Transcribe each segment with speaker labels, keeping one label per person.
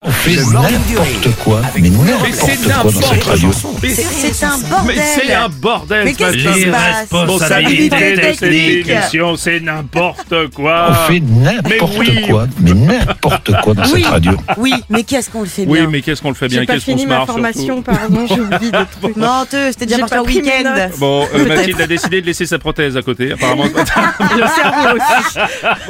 Speaker 1: On fait
Speaker 2: Le Morning du Rire.
Speaker 1: n'importe quoi, mais
Speaker 3: Mais c'est
Speaker 1: n'importe quoi dans
Speaker 3: n'importe
Speaker 1: cette radio.
Speaker 3: quoi. Mais c'est-
Speaker 4: C'est un bordel.
Speaker 3: Mais c'est un bordel
Speaker 4: Mais
Speaker 3: ce
Speaker 4: qu'est-ce
Speaker 3: matin.
Speaker 4: qui se passe
Speaker 3: Responsabilité de cette
Speaker 4: technique.
Speaker 3: émission, c'est n'importe
Speaker 1: On
Speaker 3: quoi.
Speaker 1: fait n'importe
Speaker 3: oui.
Speaker 1: quoi, mais n'importe quoi dans
Speaker 5: Oui.
Speaker 1: cette radio.
Speaker 4: Oui, mais qu'est-ce qu'on le fait
Speaker 3: Oui,
Speaker 4: bien
Speaker 3: mais qu'est-ce qu'on le fait bien
Speaker 5: J'ai pas
Speaker 3: Qu'est-ce qu'on
Speaker 5: fini
Speaker 3: se
Speaker 5: ma
Speaker 3: marre
Speaker 5: formation,
Speaker 3: surtout
Speaker 5: pardon, j'ai oublié des trucs.
Speaker 4: Menteux, c'était déjà
Speaker 5: J'ai
Speaker 4: parti
Speaker 5: pas
Speaker 4: en
Speaker 5: pris mes
Speaker 4: week-end.
Speaker 5: notes.
Speaker 3: Bon, euh, Mathilde a décidé de laisser sa prothèse à côté, apparemment.
Speaker 5: Le cerveau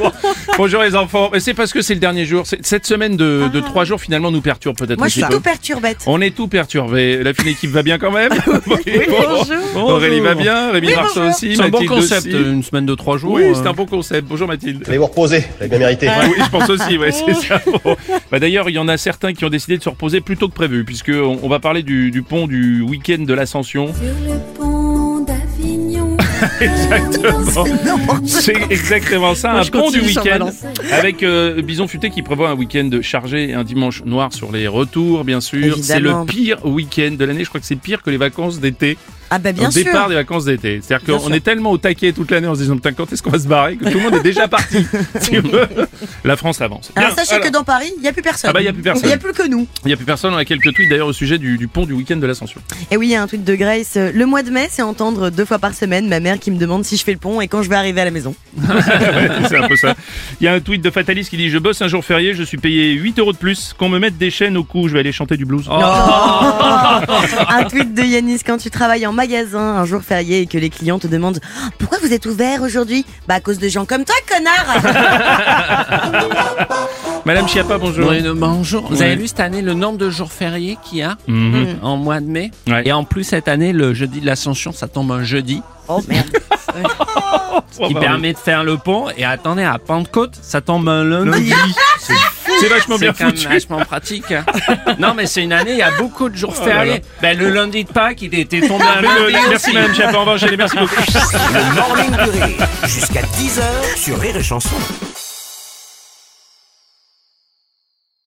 Speaker 5: aussi.
Speaker 3: Bonjour les enfants. Mais c'est parce que c'est le dernier jour. C'est- Cette semaine de, de trois jours finalement nous perturbe peut-être
Speaker 4: Ah. Moi,
Speaker 3: un
Speaker 4: je
Speaker 3: petit
Speaker 4: suis
Speaker 3: peu.
Speaker 4: tout perturbette.
Speaker 3: On est tout perturbé. La fine équipe va bien quand même. Oui,
Speaker 5: bonjour.
Speaker 3: Aurélie va bien, Rémi
Speaker 4: Oui,
Speaker 3: Marceau
Speaker 4: bonjour.
Speaker 3: aussi.
Speaker 6: C'est un bon
Speaker 3: Mathilde
Speaker 6: concept,
Speaker 3: aussi.
Speaker 6: une semaine de trois jours.
Speaker 3: Oui,
Speaker 6: euh,
Speaker 3: c'est un bon concept. Bonjour Mathilde.
Speaker 7: Allez vous reposer, vous l'avez bien mérité.
Speaker 3: Ah oui, je pense aussi, ouais, c'est ça. Bon. Bah, D'ailleurs, il y en a certains qui ont décidé de se reposer plus tôt que prévu, puisqu'on on va parler du, du pont du week-end de l'Ascension.
Speaker 8: Sur le pont d'Avignon.
Speaker 3: Exactement. C'est exactement ça,
Speaker 5: Moi,
Speaker 3: un
Speaker 5: je
Speaker 3: pont du
Speaker 5: continue sur
Speaker 3: week-end.
Speaker 5: Valence.
Speaker 3: Avec euh, Bison Futé qui prévoit un week-end chargé et un dimanche noir sur les retours, bien sûr. C'est le
Speaker 4: Évidemment.
Speaker 3: pire week-end de l'année, je crois que c'est pire que les vacances d'été.
Speaker 4: Ah bah
Speaker 3: Au
Speaker 4: bien sûr.
Speaker 3: départ des vacances d'été. C'est-à-dire
Speaker 4: Bien
Speaker 3: qu'on
Speaker 4: sûr.
Speaker 3: est tellement au taquet toute l'année en se disant putain quand est-ce qu'on va se barrer que tout le monde est déjà parti. Tu veux La France avance.
Speaker 4: Alors
Speaker 3: Bien,
Speaker 4: sachez
Speaker 3: alors.
Speaker 4: que dans Paris, il n'y a plus personne.
Speaker 3: Ah bah, il y a plus personne.
Speaker 4: Il n'y a plus que nous.
Speaker 3: Il n'y a plus personne, on a quelques tweets d'ailleurs au sujet du, du pont du week-end de l'Ascension.
Speaker 4: Et Eh oui, il y a un tweet de Grace. euh, Le mois de mai, c'est entendre deux fois par semaine ma mère qui me demande si je fais le pont et quand je vais arriver à la maison.
Speaker 3: Ouais, c'est un peu ça. Il y a un tweet de Fatalis qui dit Je bosse un jour férié, je suis payé 8 euros de plus, qu'on me mette des chaînes au cou, je vais aller chanter du blues.
Speaker 4: un tweet de Yanis. Quand tu travailles en magasin un jour férié et que les clients te demandent Ah, pourquoi vous êtes ouvert aujourd'hui, bah à cause de gens comme toi, connard.
Speaker 3: Madame Chiappa, bonjour.
Speaker 6: oui, le- bonjour. Vous
Speaker 3: Ouais.
Speaker 6: avez vu cette année le nombre de jours fériés qu'il y a
Speaker 3: Mhm.
Speaker 6: en mois de mai
Speaker 3: Ouais.
Speaker 6: Et en plus, cette année, le jeudi de l'Ascension, ça tombe un jeudi,
Speaker 4: oh merde.
Speaker 3: Oh,
Speaker 6: ce
Speaker 3: bah,
Speaker 6: qui permet de faire le pont. Et attendez, à Pentecôte, ça tombe un lundi.
Speaker 3: C'est vachement
Speaker 6: C'est
Speaker 3: bien
Speaker 6: quand même
Speaker 3: foutu.
Speaker 6: vachement pratique. non, mais c'est une année, il y a beaucoup de jours
Speaker 3: Oh là
Speaker 6: fériés. Ben, le lundi de Pâques, il était tombé un lundi.
Speaker 3: Merci
Speaker 6: aussi.
Speaker 3: Madame Chiappa, on va enchaîner, merci beaucoup.
Speaker 2: Le Morning du Rire. Jusqu'à 10h sur Rire et Chanson.